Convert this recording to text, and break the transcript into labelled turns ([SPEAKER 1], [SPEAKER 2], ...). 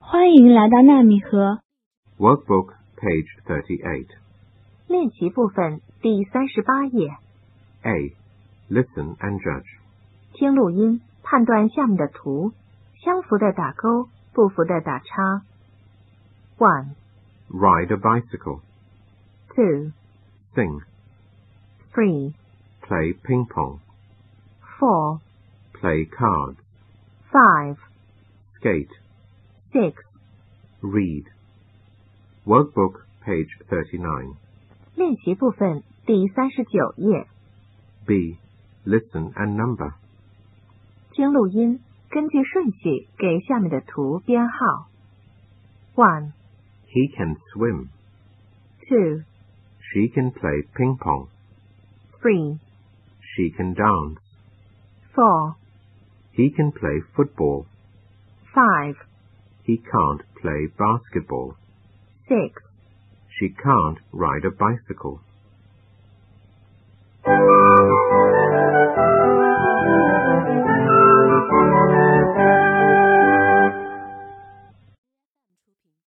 [SPEAKER 1] 欢迎来到纳米盒
[SPEAKER 2] Workbook, page 38.
[SPEAKER 3] 练习部分第三十八页，
[SPEAKER 2] A. Listen and judge.
[SPEAKER 3] 听录音，判断下面的图，相符的打勾，不符的打叉。One,
[SPEAKER 2] Ride a bicycle.
[SPEAKER 3] two,
[SPEAKER 2] Sing.
[SPEAKER 3] three,
[SPEAKER 2] Play ping pong.
[SPEAKER 3] four,
[SPEAKER 2] Play cards.
[SPEAKER 3] five,
[SPEAKER 2] Skate.
[SPEAKER 3] six。
[SPEAKER 2] Read. Workbook, page 39.
[SPEAKER 3] 练习部分第三十九页，
[SPEAKER 2] B. Listen and number.
[SPEAKER 3] 听录音，根据顺序给下面的图编号。One,
[SPEAKER 2] He can swim.
[SPEAKER 3] two,
[SPEAKER 2] She can play ping pong.
[SPEAKER 3] three,
[SPEAKER 2] She can dance.
[SPEAKER 3] four,
[SPEAKER 2] He can play football.
[SPEAKER 3] five,
[SPEAKER 2] He can't play basketball.
[SPEAKER 3] six,
[SPEAKER 2] She can't ride a bicycle.